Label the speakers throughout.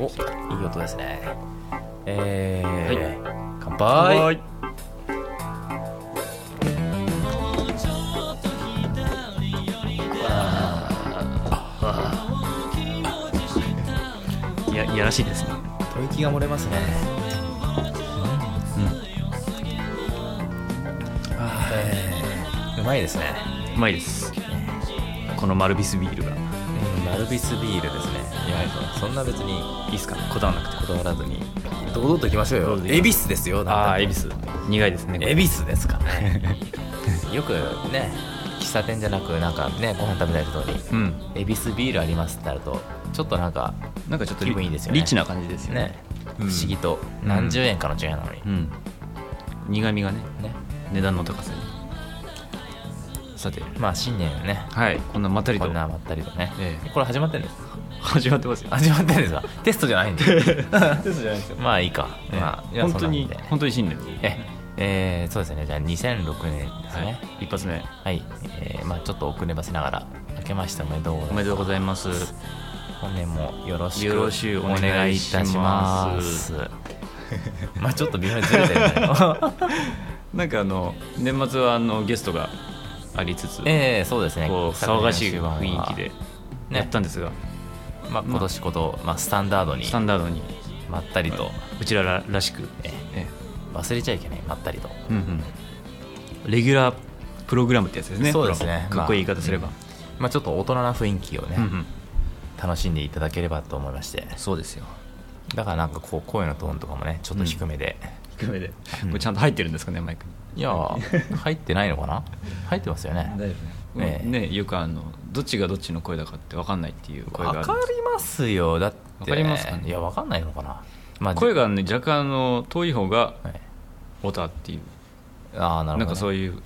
Speaker 1: い音ですね。え
Speaker 2: はい
Speaker 1: ー、乾杯
Speaker 2: はいいやいやらしいですね
Speaker 1: 吐息が漏れますね。えーうまいですね。
Speaker 2: うまいですこのマルビスビールが
Speaker 1: うん、マルビスビールですね。いや、そんな別に
Speaker 2: いいですかこだわらなくて
Speaker 1: こだわらずに、堂々といきましょう
Speaker 2: 堂
Speaker 1: よ
Speaker 2: 々。と行きます
Speaker 1: 恵比寿ですよ、
Speaker 2: ああ
Speaker 1: なん
Speaker 2: ー
Speaker 1: て
Speaker 2: 恵比寿苦いですねこれ
Speaker 1: 恵比寿ですかねよくね喫茶店じゃなくなんかねご飯食べたい人に
Speaker 2: うん
Speaker 1: 「恵比寿ビールあります」ってなるとちょっとなんか
Speaker 2: なんかちょっと
Speaker 1: 気分いいですよね
Speaker 2: リッチな感じですよね
Speaker 1: ね不
Speaker 2: うん
Speaker 1: 思議と
Speaker 2: うん
Speaker 1: 何十円かの違いなのに
Speaker 2: うん苦みがね
Speaker 1: ね
Speaker 2: 値段の高さにさて
Speaker 1: まあ新年ね
Speaker 2: はいこんなまったり
Speaker 1: ことんなまったりとね
Speaker 2: ええ
Speaker 1: これ始まってんです
Speaker 2: 始まってますよ
Speaker 1: 始まってんですかテストじゃない んで
Speaker 2: そうじゃないですよ
Speaker 1: まあいいかまあいや
Speaker 2: 本当
Speaker 1: そん
Speaker 2: に
Speaker 1: なもんで
Speaker 2: 本当に新年
Speaker 1: ええーそうですねじゃあ2006年です
Speaker 2: はい
Speaker 1: ね
Speaker 2: 一発目
Speaker 1: はい、えーまあちょっと遅ればせながら明けましておめでとうござい
Speaker 2: お
Speaker 1: ます
Speaker 2: めでとうございます
Speaker 1: 本年もよろしく
Speaker 2: よろしく
Speaker 1: お
Speaker 2: お
Speaker 1: 願
Speaker 2: 願
Speaker 1: い
Speaker 2: い
Speaker 1: い
Speaker 2: い
Speaker 1: た
Speaker 2: た
Speaker 1: し
Speaker 2: し
Speaker 1: ま
Speaker 2: ますす
Speaker 1: まあちょっと微妙にずれてる ね
Speaker 2: なんかあの年末はあのゲストがありつつ
Speaker 1: ええそうですね
Speaker 2: こう騒がしい雰囲気で
Speaker 1: ね
Speaker 2: やったんですが、
Speaker 1: まあ、今年こそ、まあ、スタンダードに
Speaker 2: スタンダードに
Speaker 1: まったりと
Speaker 2: うちらららしく、
Speaker 1: え
Speaker 2: え
Speaker 1: 忘れちゃいけないまったりと、
Speaker 2: えうんうん、レギュラープログラムってやつですね
Speaker 1: そうですね
Speaker 2: かっこいい言い方すれば、
Speaker 1: ままあ、ちょっと大人な雰囲気をね、
Speaker 2: うんうん
Speaker 1: 楽しんでいただければと思いまして
Speaker 2: そうですよ
Speaker 1: だからなんかこう声のトーンとかもねちょっと低めで、
Speaker 2: 低めで、これちゃんと入ってるんですかねマイクに
Speaker 1: い やー入ってないのかな入ってますよねええ
Speaker 2: ねよくあのどっちがどっちの声だかって分かんないっていう声があ
Speaker 1: わ
Speaker 2: る
Speaker 1: かりますよだって
Speaker 2: わかりますかね
Speaker 1: いやわかんないのかな、まあ、
Speaker 2: 声がね若干あの遠い方が
Speaker 1: はい
Speaker 2: オタっていう
Speaker 1: ああなるほど
Speaker 2: な,、
Speaker 1: ね、
Speaker 2: んかそういう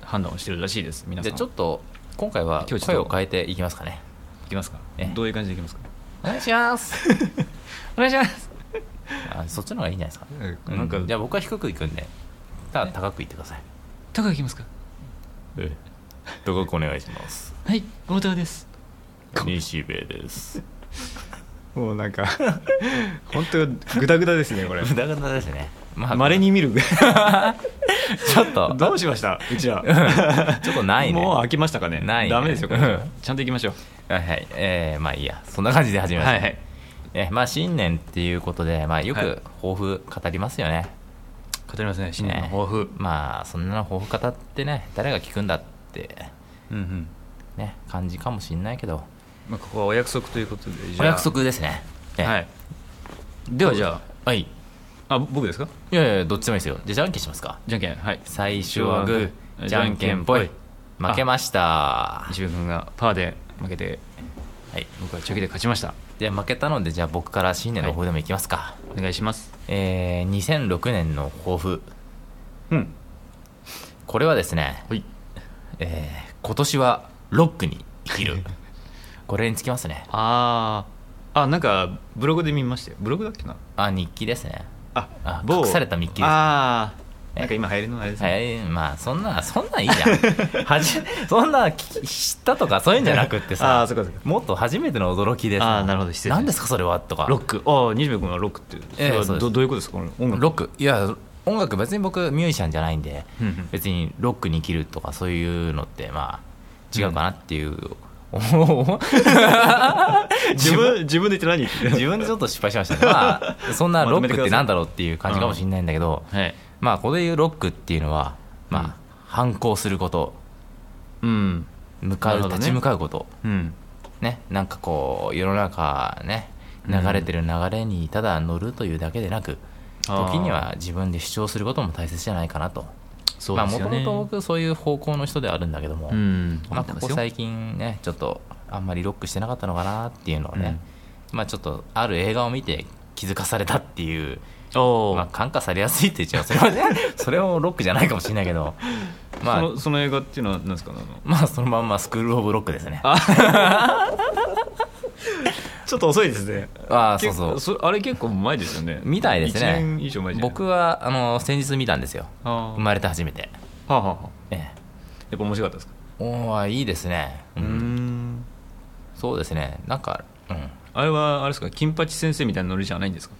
Speaker 2: 判断をしてるらしいです皆さ
Speaker 1: じ
Speaker 2: ん
Speaker 1: ゃあちょっと今回は
Speaker 2: 今日ちょ
Speaker 1: 声
Speaker 2: っと
Speaker 1: を変えていきますかね
Speaker 2: いきますか、
Speaker 1: ええ
Speaker 2: どういう感じでいきますか
Speaker 1: お願いします
Speaker 2: お願いします、
Speaker 1: あそっちの方がいいんじゃないですか、
Speaker 2: な
Speaker 1: なん
Speaker 2: んか
Speaker 1: かじゃあ僕は低くいくんでただ高くいってください
Speaker 2: 高くいきますか
Speaker 1: 高くお願いします
Speaker 2: はい太田です
Speaker 1: 西部です
Speaker 2: もうなんか 本当グダグダですね これ
Speaker 1: 無駄型ですねま
Speaker 2: まれに 見る
Speaker 1: ちょっと
Speaker 2: どうしましたうちら
Speaker 1: ちょっとないね
Speaker 2: もう
Speaker 1: は
Speaker 2: 飽きましたかね
Speaker 1: ないね
Speaker 2: ダメですよこれ
Speaker 1: うん
Speaker 2: ちゃんといきましょ
Speaker 1: いはいえー、まあいいやそんな感じで始
Speaker 2: う
Speaker 1: めまし
Speaker 2: は
Speaker 1: た、
Speaker 2: いはい
Speaker 1: えーまあ新年っていうことで、まあ、よ
Speaker 2: は
Speaker 1: く
Speaker 2: い
Speaker 1: 抱負語りますよね、
Speaker 2: 語りますね新年の
Speaker 1: ね
Speaker 2: 抱負、
Speaker 1: まあそんなの抱負語ってね誰が聞くんだって
Speaker 2: うんうん
Speaker 1: ね感じかもしんないけど
Speaker 2: まあ、ここはお約束ということでじ
Speaker 1: お
Speaker 2: ゃあ
Speaker 1: 約束ですねね
Speaker 2: はいではじゃ
Speaker 1: はい。い
Speaker 2: ああ僕ですか
Speaker 1: やいや、どっちでもいいですよ。じゃあ、じゃんけんしますか。
Speaker 2: じゃんけんはい
Speaker 1: 最初はグー、じゃんけんぽい。負けました。は
Speaker 2: 西部君がパーで負けて
Speaker 1: い。
Speaker 2: 僕はチョキで勝ちました
Speaker 1: じゃあ、負けたので、じゃあ、僕から新年の抱負でもいきますか。
Speaker 2: お願いします
Speaker 1: えー、2006年の抱負。
Speaker 2: うん
Speaker 1: これはですね、
Speaker 2: はい
Speaker 1: えー、今年はロックに生き る。これにつきますね。
Speaker 2: あーあなんかブログで見ましたよブログだっけな
Speaker 1: あ、日記ですね。
Speaker 2: あ
Speaker 1: あ隠されたミッキーですね
Speaker 2: ああなんか今流行りのあれですね、
Speaker 1: はい、まあ、そんな、そんなんいいじ ゃん。はじ、そんな、聞き知ったとかそういうんじゃなくってさ、
Speaker 2: あーそっかそっか
Speaker 1: もっと初めての驚きでさ、
Speaker 2: あーなるほど失礼
Speaker 1: 何ですか、それはとか。
Speaker 2: ロックああ西部君はロックってそ
Speaker 1: ええ
Speaker 2: れは
Speaker 1: そうです
Speaker 2: どどういうことですかこの音楽
Speaker 1: ロックいや音楽別に僕ミュージシャンじゃないんで、
Speaker 2: うんうん
Speaker 1: 別にロックに生きるとかそういうのってまあ違うかなっていう、お
Speaker 2: 自分自分で言って何言っ て
Speaker 1: 自分でちょっと失敗しましたねまあそんな
Speaker 2: まと
Speaker 1: ロ
Speaker 2: め
Speaker 1: ッ
Speaker 2: て
Speaker 1: ク
Speaker 2: ください
Speaker 1: ってなんだろうっていう感じかもしれないんだけど、
Speaker 2: はい
Speaker 1: まあここでいうロックっていうのはまあ、反抗すること
Speaker 2: うん
Speaker 1: 向か
Speaker 2: なる
Speaker 1: う、
Speaker 2: ほどね
Speaker 1: 立ち向かうこと
Speaker 2: うん
Speaker 1: ねなんかこう世の中ね流れてる流れにただ乗るというだけでなく、
Speaker 2: あー
Speaker 1: 時には自分で主張することも大切じゃないかなと
Speaker 2: そうですよね、
Speaker 1: まあもともと僕そういう方向の人ではあるんだけども、
Speaker 2: うん
Speaker 1: まあ、ここ最近ねちょっとあんまりロックしてなかったのかなっていうのをね、まあちょっとある映画を見て気づかされたっていう、
Speaker 2: おお、
Speaker 1: まあ、感化されやすいって言っちゃうそれはね それもロックじゃないかもしれないけど ま
Speaker 2: そ
Speaker 1: あ
Speaker 2: のその映画っていうのは何ですかねあの
Speaker 1: まあそのまんまスクール・オブ・ロックですねあ
Speaker 2: ちょっと遅いですね
Speaker 1: あそうそう
Speaker 2: そあれ結構前ですよね
Speaker 1: みたいですね
Speaker 2: 1年以上前じゃない
Speaker 1: 僕はあの先日見たんですよ
Speaker 2: あー
Speaker 1: 生まれて初めて
Speaker 2: はあ、はあはあ、
Speaker 1: ええ
Speaker 2: やっぱ面白かったですか
Speaker 1: おーいいですね、うん
Speaker 2: ん
Speaker 1: そうですねなんか、うん、
Speaker 2: あれはあれですか金八先生みたいなノリじゃないんですか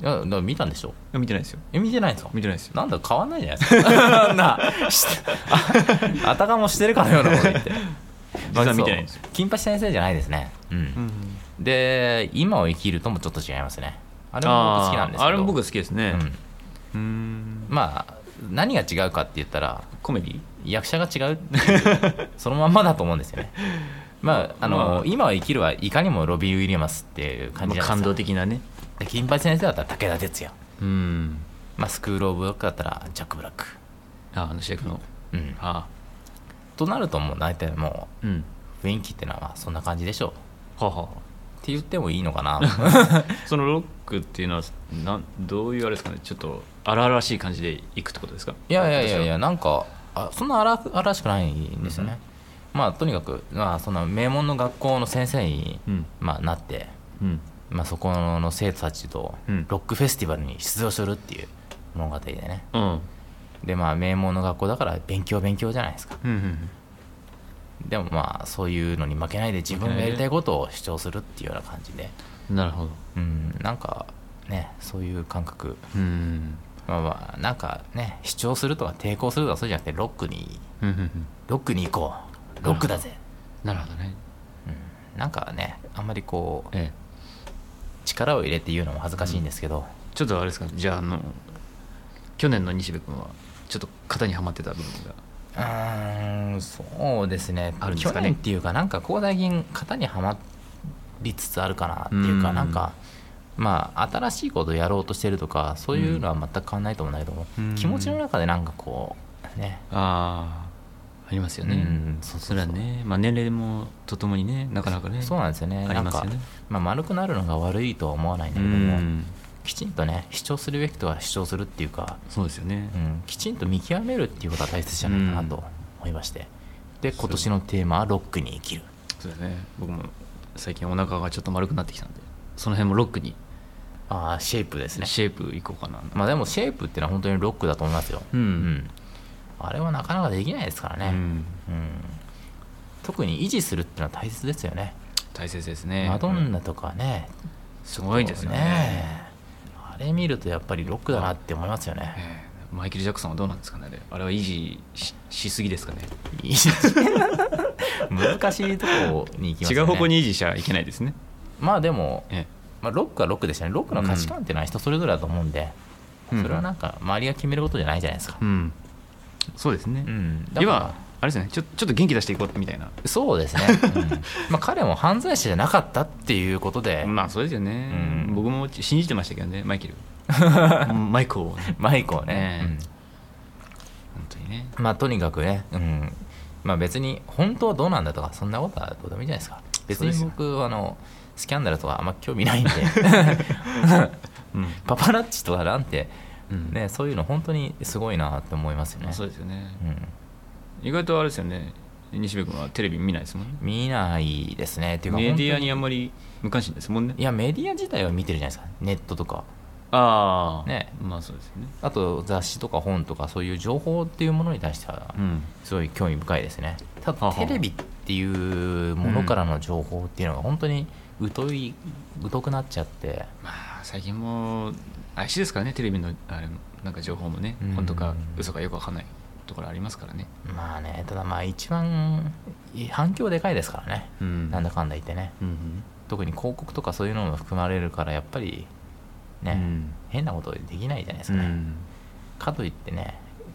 Speaker 1: いやだから見たんでしょ
Speaker 2: いや見てないですよ
Speaker 1: え見てないんですか
Speaker 2: 見てないですよ
Speaker 1: なんだ変わんないじゃないですか なあしああたかもしてるかのようなこと言って
Speaker 2: 実は見てないんですよ、
Speaker 1: そう金八先生じゃないですねうんで今を生きるともちょっと違いますねあれも僕好きなんですけど
Speaker 2: あーあれも僕好きですね
Speaker 1: うん
Speaker 2: うーん
Speaker 1: まあ何が違うかって言ったら
Speaker 2: コメディ
Speaker 1: 役者が違うっていう そのまんまだと思うんですよねまああの、
Speaker 2: まあ
Speaker 1: 今を生きるはいかにもロビー・ウィリアムスっていう感
Speaker 2: ま
Speaker 1: じ
Speaker 2: あ
Speaker 1: じゃないで
Speaker 2: 感
Speaker 1: す
Speaker 2: 動
Speaker 1: か
Speaker 2: 的なね
Speaker 1: で金八先生だったら武田鉄矢、
Speaker 2: うん
Speaker 1: まあ、スクール・オブ・ロックだったらジャック・ブラック、
Speaker 2: ああの主役の
Speaker 1: うん、
Speaker 2: あ
Speaker 1: となるともう大体も
Speaker 2: あうん
Speaker 1: う雰囲気ってのはまあそんな感じでしょう
Speaker 2: はは
Speaker 1: って言ってもいいのか な
Speaker 2: そのロックっていうのはなんどういうあれですかねちょっと荒々しい感じでいくってことですか
Speaker 1: いやいやいやい
Speaker 2: 私は
Speaker 1: やなんかあそんな荒く荒々しくないんですよね、まあとにかく、まあ、その名門の学校の先生に、
Speaker 2: うん
Speaker 1: まあ、なって、
Speaker 2: うん
Speaker 1: まあ、そこの生徒たちと
Speaker 2: うん
Speaker 1: ロックフェスティバルに出場するっていう物語でね
Speaker 2: うん
Speaker 1: でまあ名門の学校だから勉強勉強じゃないですか
Speaker 2: うんうん
Speaker 1: でもまあそういうのに負けないで自分がやりたいことを主張するっていうような感じで
Speaker 2: うんなるほど
Speaker 1: うんなんかねそういう感覚
Speaker 2: うん
Speaker 1: まあまあなんかね主張するとか抵抗するとかそうじゃなくてロックに
Speaker 2: うんうんうん
Speaker 1: ロックに行こうロックだぜ、
Speaker 2: なるほどね
Speaker 1: うん、なんかねあんまりこう
Speaker 2: ええ
Speaker 1: 力を入れて言うのも恥ずかしいんですけど、
Speaker 2: ちょっとあれですかじゃああの去年の西部君はちょっと型にはまってた部分が
Speaker 1: うーんそうですね
Speaker 2: あるんです
Speaker 1: 去
Speaker 2: かね
Speaker 1: 年っていうかなんかここ最近型にはまりつつあるかなっていうか
Speaker 2: うん
Speaker 1: なんかまあ新しいことをやろうとしてるとかそういうのは全く変わんないと思うんだけども
Speaker 2: うん
Speaker 1: 気持ちの中でなんかこうね
Speaker 2: ああありますよね、
Speaker 1: うん
Speaker 2: それはね、まあ、年齢もとともにねなかなかね
Speaker 1: そうなんですよね
Speaker 2: あ
Speaker 1: な
Speaker 2: り
Speaker 1: ん
Speaker 2: ますよ
Speaker 1: か
Speaker 2: ね、
Speaker 1: まあ、丸くなるのが悪いとは思わないんだ
Speaker 2: う
Speaker 1: けども
Speaker 2: ん
Speaker 1: きちんとね主張するべきとは主張するっていうか、
Speaker 2: そうですよね
Speaker 1: う、ん、きちんと見極めるっていうことは大切じゃないかなと思いましてで今年のテーマは「ロックに生きる」
Speaker 2: そうですね僕も最近お腹がちょっと丸くなってきたんでその辺もロックに
Speaker 1: ああシェイプですね
Speaker 2: シェイプいこうかな、
Speaker 1: まあでもシェイプってのは本当にロックだと思いますよ、
Speaker 2: うん
Speaker 1: あれはなかなかできないですからね、
Speaker 2: うん
Speaker 1: うん特に維持するってのは大切ですよね、
Speaker 2: 大切ですね
Speaker 1: マドンナとかね
Speaker 2: すごいですよね
Speaker 1: ねあれ見るとやっぱりロックだなって思いますよ
Speaker 2: え
Speaker 1: ね
Speaker 2: えマイケル・ジャクソンはどうなんですかねあれあれは維持ししすぎですかね
Speaker 1: 難しいとこに行きます
Speaker 2: 違
Speaker 1: よね
Speaker 2: う方向に維持しちゃいけないですね、
Speaker 1: まあでも、
Speaker 2: え
Speaker 1: まあ、ロックはロックでしたねロックの価値観ってのは人それぞれだと思うんで、
Speaker 2: うん
Speaker 1: それはなんか周りが決めることじゃないじゃないですか
Speaker 2: え、うん、そうですね、
Speaker 1: うんだから
Speaker 2: 今あれですねちょちょっと元気出していこうみたいな
Speaker 1: そう ですね、うんまあ、彼も犯罪者じゃなかったっていうことで、
Speaker 2: まあそうですよね、
Speaker 1: うん
Speaker 2: 僕も信じてましたけどねマイ ケルうんマイコをね
Speaker 1: マイクをね、
Speaker 2: ね本当にね
Speaker 1: うんまあとにかくね、うんまあ、別に本当はどうなんだとかそんなことはどうでもいいじゃないですか別
Speaker 2: そうです
Speaker 1: に
Speaker 2: よ
Speaker 1: 僕あのスキャンダルとかあんま興味ないんで
Speaker 2: うん、
Speaker 1: パパラッチとかなんて、
Speaker 2: うん
Speaker 1: ね、そういうの本当にすごいなって思いますよ
Speaker 2: ま
Speaker 1: ね
Speaker 2: あ、そうですよね
Speaker 1: うん、
Speaker 2: 意外とあれですよね西部君はテレビ見ないですもんね
Speaker 1: 見ないですねっていうか
Speaker 2: メディアにあ
Speaker 1: 本
Speaker 2: んまり無関心ですもんね
Speaker 1: 当にいやメディア自体は見てるじゃないですかネットとか
Speaker 2: ああ
Speaker 1: ね
Speaker 2: まあそうですよね
Speaker 1: あと雑誌とか本とかそういう情報っていうものに対しては
Speaker 2: うん
Speaker 1: すごい興味深いですねた
Speaker 2: は
Speaker 1: だ
Speaker 2: は
Speaker 1: テレビっていうものからの情報っていうのが本当に疎い疎くなっちゃって
Speaker 2: まあ最近も足ですからねテレビのあれもなんか情報もね、
Speaker 1: うん
Speaker 2: 本当か嘘かよくわかんないところありますからね
Speaker 1: まあねただまあ一番反響でかいですからね、
Speaker 2: うん
Speaker 1: なんだかんだ言ってね
Speaker 2: うん
Speaker 1: 特に広告とかそういうのも含まれるからやっぱりね、
Speaker 2: うん
Speaker 1: 変なことできないじゃないです
Speaker 2: う
Speaker 1: かね、
Speaker 2: ん、
Speaker 1: かといってね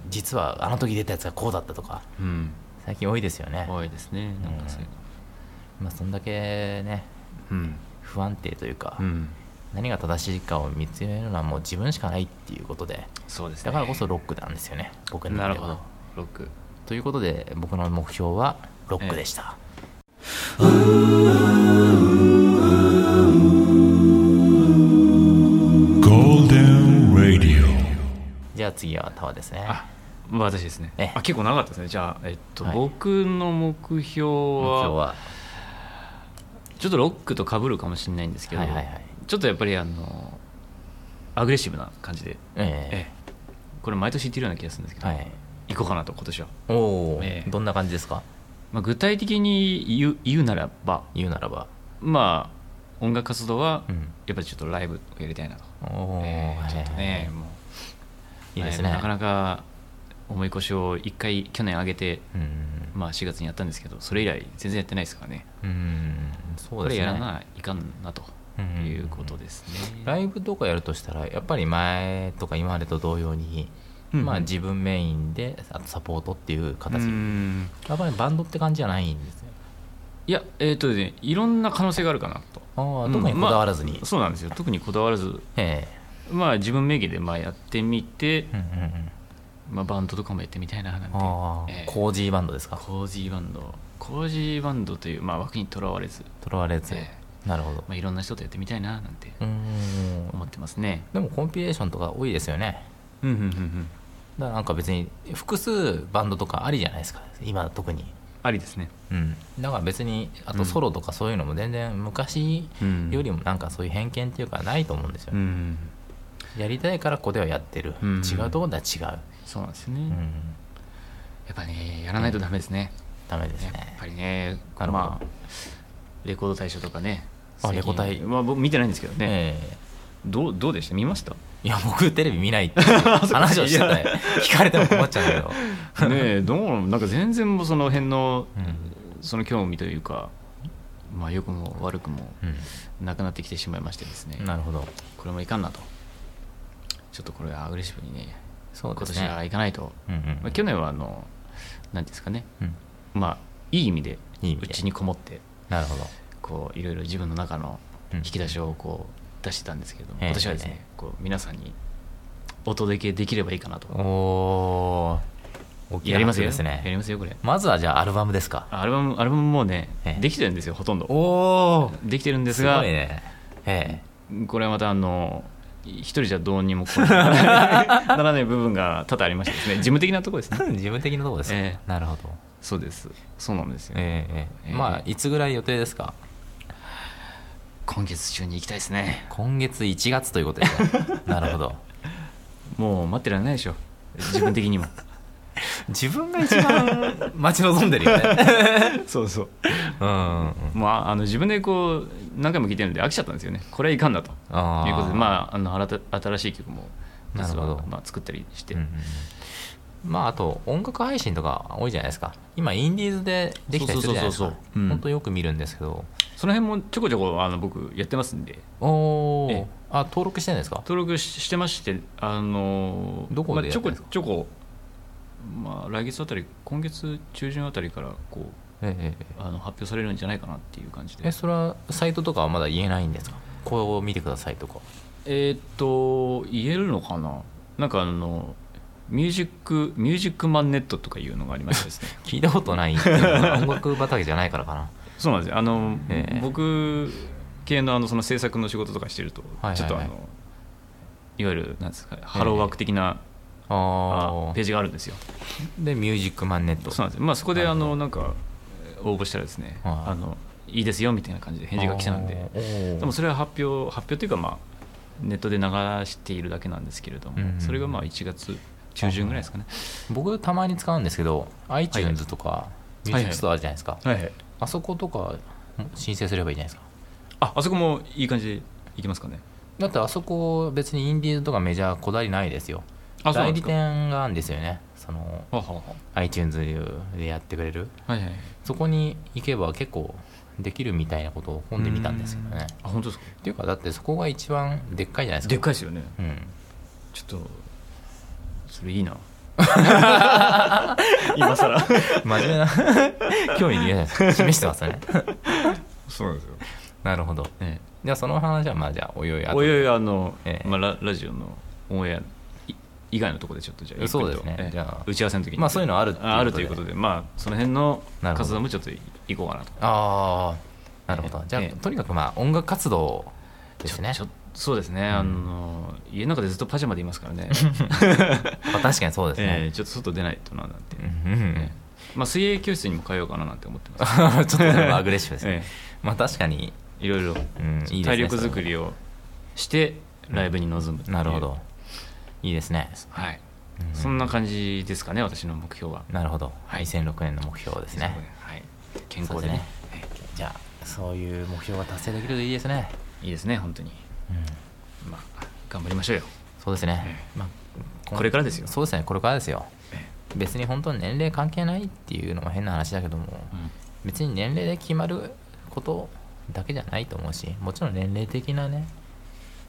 Speaker 1: 実はあの時出たやつがこうだったとか
Speaker 2: うん、
Speaker 1: 最近多いですよね
Speaker 2: 多いですねなんかそういうの
Speaker 1: まあそんだけね
Speaker 2: うん、
Speaker 1: 不安定というか、
Speaker 2: うん、
Speaker 1: 何が正しいかを見つめるのはもう自分しかないっていうことで
Speaker 2: そうですね
Speaker 1: だからこそロックなんですよね僕にと
Speaker 2: な
Speaker 1: っ
Speaker 2: る
Speaker 1: ては
Speaker 2: ほどロック
Speaker 1: ということで僕の目標はロックでした、
Speaker 3: Golden Radio.
Speaker 1: じゃあ次はタワですね
Speaker 2: あ私ですね
Speaker 1: ええ
Speaker 2: あ結構長かったですねじゃあ、えっと
Speaker 1: はい
Speaker 2: 僕の目標
Speaker 1: 目標
Speaker 2: は
Speaker 1: は
Speaker 2: ちょっとロックと被るかもしれないんですけど、
Speaker 1: はいはいはい
Speaker 2: ちょっとやっぱりあのアグレッシブな感じで、
Speaker 1: え
Speaker 2: ええこれ毎年言ってるような気がするんですけ
Speaker 1: え
Speaker 2: ど、
Speaker 1: はい
Speaker 2: 行こうかなと今年は、
Speaker 1: おお、
Speaker 2: ええ
Speaker 1: どんな感じですか
Speaker 2: まあ、具体的に言う言うならば
Speaker 1: 言うならば
Speaker 2: まあ音楽活動は
Speaker 1: うん
Speaker 2: やっぱりちょっとライブをやりたいなと、
Speaker 1: おー
Speaker 2: えーちょっとね、もう
Speaker 1: いいです
Speaker 2: ラ
Speaker 1: ね
Speaker 2: イブなかなか重い腰を1回去年上げて、
Speaker 1: うん
Speaker 2: まあ、4月にやったんですけどそれ以来全然やってないですからね
Speaker 1: うんそ
Speaker 2: こ
Speaker 1: うで
Speaker 2: れ
Speaker 1: す
Speaker 2: やら
Speaker 1: ね
Speaker 2: ないかんなと
Speaker 1: うん
Speaker 2: いうことですね、
Speaker 1: ライブとかやるとしたらやっぱり前とか今までと同様に、
Speaker 2: うん
Speaker 1: まあ、自分メインであとサポートっていう形、
Speaker 2: うん
Speaker 1: やっぱりバンドって感じじゃないんですね
Speaker 2: いやえっ、とねいろんな可能性があるかなと
Speaker 1: ああ
Speaker 2: うん
Speaker 1: 特にこだわらずに、
Speaker 2: まあそうなんですよ特にこだわらず
Speaker 1: え
Speaker 2: まあ自分名義でまあやってみて、
Speaker 1: えうんうんうん
Speaker 2: まあ、バンドとかもやってみたいななんて
Speaker 1: ああ、
Speaker 2: ええ
Speaker 1: コージーバンドですか
Speaker 2: コージーバンドコージーバンドという、まあ、枠にとらわれず、
Speaker 1: とらわれず、
Speaker 2: え
Speaker 1: なるほど
Speaker 2: まあ、いろんな人とやってみたいななんて
Speaker 1: うーん
Speaker 2: 思ってますね
Speaker 1: でもコンピレーションとか多いですよね
Speaker 2: うんうんうんうん
Speaker 1: だからなんか別に複数バンドとかありじゃないですか今特に
Speaker 2: ありですね
Speaker 1: うんだから別にあとソロとかそういうのも全然昔
Speaker 2: うん
Speaker 1: よりもなんかそういう偏見っていうかないと思うんですよ、
Speaker 2: うん
Speaker 1: やりたいからここではやってる、
Speaker 2: うん
Speaker 1: 違うとこでは違う、
Speaker 2: そうなんですよね、
Speaker 1: う
Speaker 2: や
Speaker 1: ん、
Speaker 2: っぱねやらないとダメですね、
Speaker 1: ダメです
Speaker 2: やっ
Speaker 1: ね
Speaker 2: ぱり
Speaker 1: な
Speaker 2: ね
Speaker 1: るほど
Speaker 2: まあレコード大賞とかね
Speaker 1: あ
Speaker 2: 最近
Speaker 1: レコ大
Speaker 2: まあ、僕見てないんですけどね、
Speaker 1: ええ
Speaker 2: どうどうでした見ま した
Speaker 1: いや僕テレビ見ないって 話をしてたよ聞かれても困っちゃうんだ けど
Speaker 2: ねえどうなのなんか全然もうその辺の、
Speaker 1: うん
Speaker 2: その興味というかまあ良くも悪くも
Speaker 1: う
Speaker 2: なくなってきてしまいましてですね、
Speaker 1: ん、なるほど
Speaker 2: これもいかんなとちょっとこれはアグレッシブにね
Speaker 1: そう
Speaker 2: 今
Speaker 1: です
Speaker 2: 年
Speaker 1: ね
Speaker 2: はいかないと、
Speaker 1: うんうん
Speaker 2: まあ、去年はあの何ですかね
Speaker 1: うん
Speaker 2: まあいい意味で
Speaker 1: いい意味
Speaker 2: う
Speaker 1: で
Speaker 2: ちにこもって
Speaker 1: なるほど
Speaker 2: こういろいろ自分の中の
Speaker 1: うん
Speaker 2: 引き出しをこう出してたんですけども、
Speaker 1: ええ
Speaker 2: 今年はですね、
Speaker 1: ええ
Speaker 2: こう皆さんにお届けできればいいかなと
Speaker 1: おお
Speaker 2: やりますよ
Speaker 1: です
Speaker 2: やり
Speaker 1: ね
Speaker 2: ますよこれ
Speaker 1: まずはじゃあアルバムですか
Speaker 2: アルバムアルバムもね、
Speaker 1: ええ
Speaker 2: できてるんですよほとんど
Speaker 1: おお
Speaker 2: できてるんですす
Speaker 1: ご
Speaker 2: が
Speaker 1: いねえ
Speaker 2: これはまたあの一人じゃどうに もこうならない部分が多々ありましてですね事務的なところですね
Speaker 1: え 自分的なところですか、
Speaker 2: ええ
Speaker 1: なるほど
Speaker 2: そうですそうなんですよ、
Speaker 1: ええええ
Speaker 2: ええ
Speaker 1: まあいつぐらい予定ですか
Speaker 2: 今月中に行きたいですね
Speaker 1: 今月1月という ことですねなるほど
Speaker 2: もう待ってられないでしょ自分的に も
Speaker 1: 自分が一番待ち望んでるよね
Speaker 2: そうそう
Speaker 1: うんうんうん
Speaker 2: もうああの自分でこう何回も聴いてるんで飽きちゃったんですよねこれはいかんだと
Speaker 1: あー
Speaker 2: いうことでまああの新た新しい曲も実は
Speaker 1: なるほど
Speaker 2: まあ、作ったりして、
Speaker 1: うんうんうんまああと音楽配信とか多いじゃないですか今インディーズでできたりするじゃないです
Speaker 2: そう
Speaker 1: か
Speaker 2: そうそうそううん
Speaker 1: 本当よく見るんですけど
Speaker 2: その辺もちょこちょこあの僕やってますんで
Speaker 1: お
Speaker 2: え
Speaker 1: お
Speaker 2: え
Speaker 1: あ登録してるんですか
Speaker 2: 登録ししてましてあのー
Speaker 1: どこで
Speaker 2: ま
Speaker 1: や
Speaker 2: あ、
Speaker 1: っ
Speaker 2: ち
Speaker 1: てるん
Speaker 2: ょこ
Speaker 1: ですか
Speaker 2: ちょこまあ来月あたり今月中旬あたりからこう
Speaker 1: えええ
Speaker 2: あの発表されるんじゃないかなっていう感じ
Speaker 1: え
Speaker 2: で
Speaker 1: えそれはサイトとかはまだ言えないんですかこう見てくださいとか
Speaker 2: えーっと言えるのかななんかあのミュージックミュージックマンネットとかいうのがありましてですね
Speaker 1: 聞いたこと ないっていうのは音楽畑じゃないからかな
Speaker 2: そうなんですよあの、
Speaker 1: ええ
Speaker 2: 僕系のあのその制作の仕事とかしてると、
Speaker 1: はいはいはい
Speaker 2: ちょっとあのいわゆるなんですかハローワーク的な、
Speaker 1: ああ
Speaker 2: あページがあるんですよ
Speaker 1: で「ミュージックマンネット」
Speaker 2: そうなんですよまあ、そこであのなんかえー応募したらですね、
Speaker 1: はい
Speaker 2: あのいいですよみたいな感じで返事が来たんで、
Speaker 1: あーおー
Speaker 2: でもそれは発表、発表というか、まあ、ネットで流しているだけなんですけれども、
Speaker 1: うん
Speaker 2: それがまあ1月中旬ぐらいですかね。
Speaker 1: 僕たまに使うんですけど iTunes とか
Speaker 2: い
Speaker 1: ミュージックストアあるじゃないですか
Speaker 2: はいはい、
Speaker 1: あそことか申請すればいいじゃないですか
Speaker 2: ああそこもいい感じでいきますかね。
Speaker 1: だってあそこ別にインディーズとかメジャーこだわりないですよ
Speaker 2: あそうな
Speaker 1: 代
Speaker 2: ん
Speaker 1: 理
Speaker 2: ですか
Speaker 1: 店があるんですよねその
Speaker 2: ははは
Speaker 1: iTunes でやってくれる
Speaker 2: はいはい、
Speaker 1: そこに行けば結構できるみたいなことを本で見たんですけどね
Speaker 2: あ本当ですか
Speaker 1: っていうかだってそこが一番でっかいじゃないですか
Speaker 2: でっかいですよね。
Speaker 1: うん
Speaker 2: ちょっと、それいいな。 今更
Speaker 1: 真面目な 興味にないです示してますね
Speaker 2: そうなんですよ。
Speaker 1: なるほど
Speaker 2: え
Speaker 1: じゃあその話はまあじゃあおいおい
Speaker 2: え
Speaker 1: 後で
Speaker 2: おいおい、あの、
Speaker 1: ええ
Speaker 2: まあ、ララジオのオンエアい以外のところでちょっとじゃあゆっくりと、
Speaker 1: そうですね
Speaker 2: ええ
Speaker 1: じゃあ
Speaker 2: 打ち合わせの時に。
Speaker 1: まあそういうのあるっていうことで
Speaker 2: ああるということで、まあ、その辺の
Speaker 1: なるほど
Speaker 2: 活動もちょっといいこうかなと。
Speaker 1: ああなるほどじゃあ
Speaker 2: ええ
Speaker 1: とにかくまあ音楽活動ですね
Speaker 2: ちょちょそうですね、あの家の中でずっとパジャマでいますからね、
Speaker 1: まあ確かにそうです
Speaker 2: え
Speaker 1: ね
Speaker 2: ーちょっと外出ないとななんて、
Speaker 1: うんうんうん
Speaker 2: えーまあ、水泳教室にも通おうかななんて思って ます、
Speaker 1: ちょっとでもアグレッシブですね、
Speaker 2: え
Speaker 1: まあ確かに、
Speaker 2: ーいろいろ
Speaker 1: うん、いいですね
Speaker 2: 体力
Speaker 1: それは
Speaker 2: 作りをして、ライブに臨むっていう
Speaker 1: なるほど、いいですね
Speaker 2: はい
Speaker 1: うん
Speaker 2: そんな感じですかね、私の目標は。
Speaker 1: なるほど、
Speaker 2: はい
Speaker 1: 2006年の目標ですね
Speaker 2: はい、健康で
Speaker 1: そ
Speaker 2: ね
Speaker 1: うですねじゃあそういう目標が達成できるといいですね、
Speaker 2: いいですね本当に
Speaker 1: うん、
Speaker 2: まあ頑張りましょうよ
Speaker 1: そうですね、
Speaker 2: え
Speaker 1: まあん
Speaker 2: これからですよ
Speaker 1: そうですねこれからですよ
Speaker 2: え
Speaker 1: 別に本当に年齢関係ないっていうのも変な話だけども、
Speaker 2: うん
Speaker 1: 別に年齢で決まることだけじゃないと思うしもちろん年齢的なね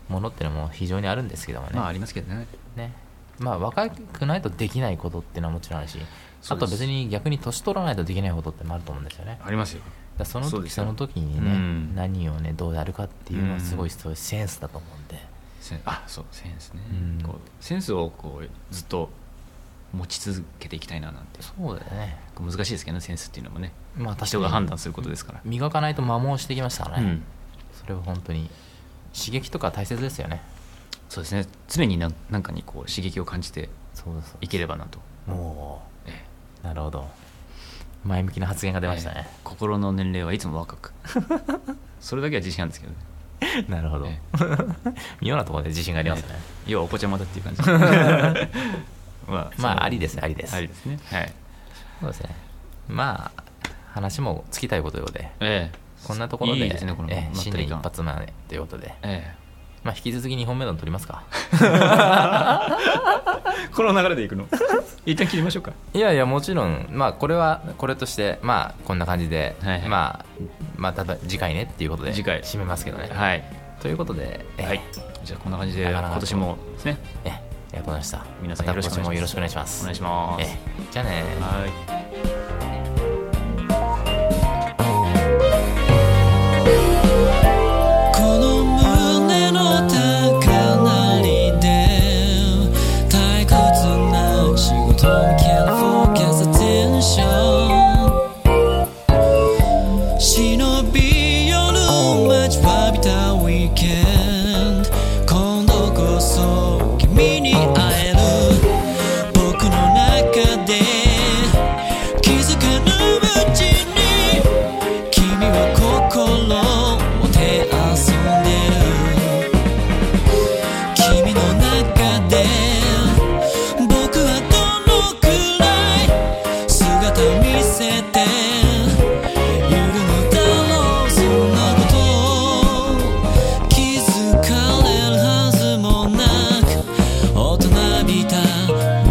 Speaker 1: ものってのも非常にあるんですけどもね,、
Speaker 2: まあありますけどね
Speaker 1: ねまあ若くないとできないことっていうのはもちろんあるし
Speaker 2: そ
Speaker 1: あ
Speaker 2: う
Speaker 1: と
Speaker 2: です
Speaker 1: 別に逆に年取らないとできないことってもあると思うんですよねだか
Speaker 2: ありますよ
Speaker 1: らその
Speaker 2: そう
Speaker 1: 時
Speaker 2: です
Speaker 1: そ
Speaker 2: よ
Speaker 1: の時にね、
Speaker 2: うん
Speaker 1: 何をねどうやるかっていうのはすご
Speaker 2: う
Speaker 1: い
Speaker 2: ん
Speaker 1: そういうセンスだと思うんで、
Speaker 2: センあそうセンスね、
Speaker 1: うん
Speaker 2: こうセンスをこうずっと持ち続けていきたいななんて
Speaker 1: そうだよね
Speaker 2: こう難しいですけどねセンスっていうのもね
Speaker 1: まあ確かに
Speaker 2: 人が判断することですから、
Speaker 1: 磨かないと摩耗してきましたからね、
Speaker 2: うん
Speaker 1: それは本当に刺激とか大切ですよね
Speaker 2: そうですね常に何なんかにこう刺激を感じて
Speaker 1: そうです
Speaker 2: いければなと、
Speaker 1: も
Speaker 2: え
Speaker 1: うなるほど前向きな発言が
Speaker 2: え
Speaker 1: 出ましたね
Speaker 2: え、え心の年齢はいつも若 くそれだけは自信あるんですけどね
Speaker 1: なるほど、
Speaker 2: え
Speaker 1: 妙なところで自信がありますね、
Speaker 2: え要はお子ちゃまだっていう 感じまあ
Speaker 1: まああり
Speaker 2: で
Speaker 1: ですありです
Speaker 2: ありですねはい
Speaker 1: そうですねまあ話も尽きたいことようで
Speaker 2: ええ
Speaker 1: こんなところで
Speaker 2: いいですねこの
Speaker 1: ええ
Speaker 2: まっ
Speaker 1: 新
Speaker 2: た
Speaker 1: 年
Speaker 2: り
Speaker 1: 一
Speaker 2: 感
Speaker 1: 発目ということで、
Speaker 2: え
Speaker 1: まあ、引き続き2本目の撮ります か
Speaker 2: えこの流れでいくの 一旦切りましょうか
Speaker 1: いやいやもちろん、まあ、これはこれとして、まあ、こんな感じで、
Speaker 2: はいはい
Speaker 1: まあ、まあただ次回ねっていうことで
Speaker 2: 次回
Speaker 1: 締めますけどね、
Speaker 2: はい、
Speaker 1: ということで、ええ
Speaker 2: はい、じゃあこんな感じで
Speaker 1: なかなか
Speaker 2: 今年もですね
Speaker 1: ええありがとうございました
Speaker 2: 皆さん
Speaker 1: ま
Speaker 2: よ
Speaker 1: た
Speaker 2: ろしく
Speaker 1: 今
Speaker 2: お願いします
Speaker 1: 年もよろしくお願いします
Speaker 2: お願いします、
Speaker 1: ええじゃあね
Speaker 2: はい
Speaker 4: この胸の高鳴りで退屈な仕事 Can't focus attention 忍び寄る街はびた Weekend 今度こそ君に会える僕の中で気づかぬうちに君は心を手遊んでる君の中で僕はどのくらい姿を見せているのだろうそんなこと気づかれるはずもなく大人びた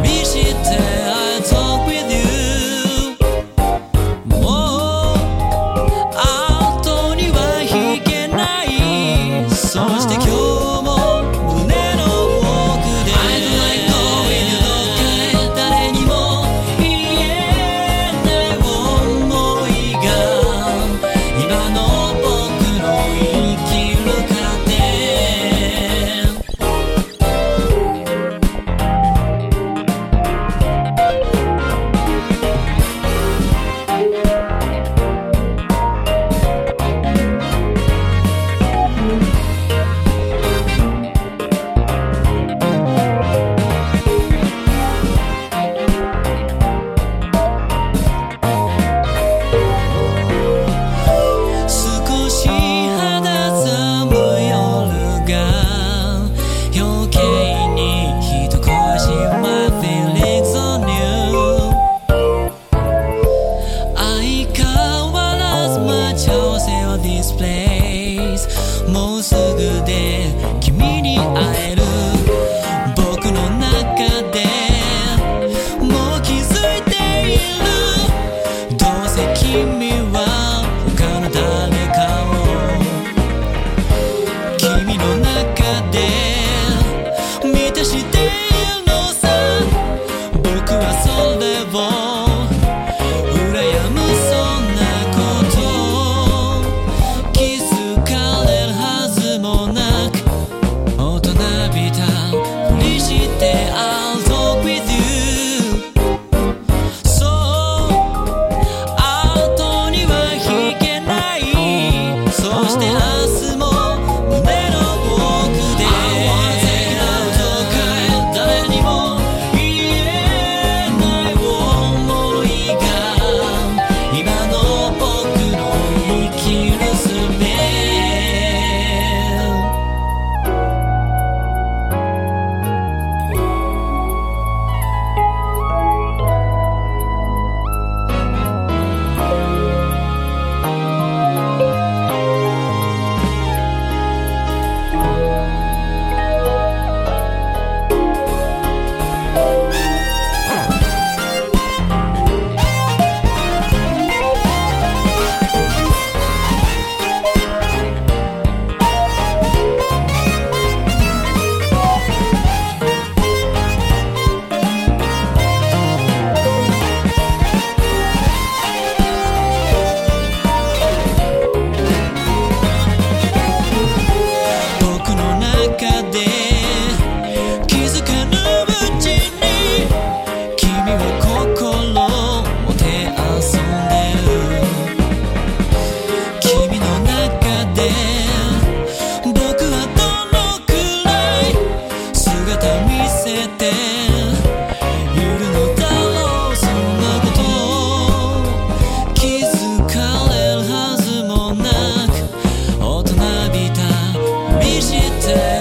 Speaker 4: 見して I talk with you もう後には引けないそして今日も胸の奥で I don't like going どっかへ誰にも言えない思いが今の僕の生きる糧少し肌寒い夜が余計に人恋しい My feelings on you 相変わらず待ち合わせは This place もうすぐで君に会える僕の中でもう気づいているどうせ君は他の誰かを君の中で満たしているのさ僕はそれを「うらやむそんなこと」「気づかれるはずもなして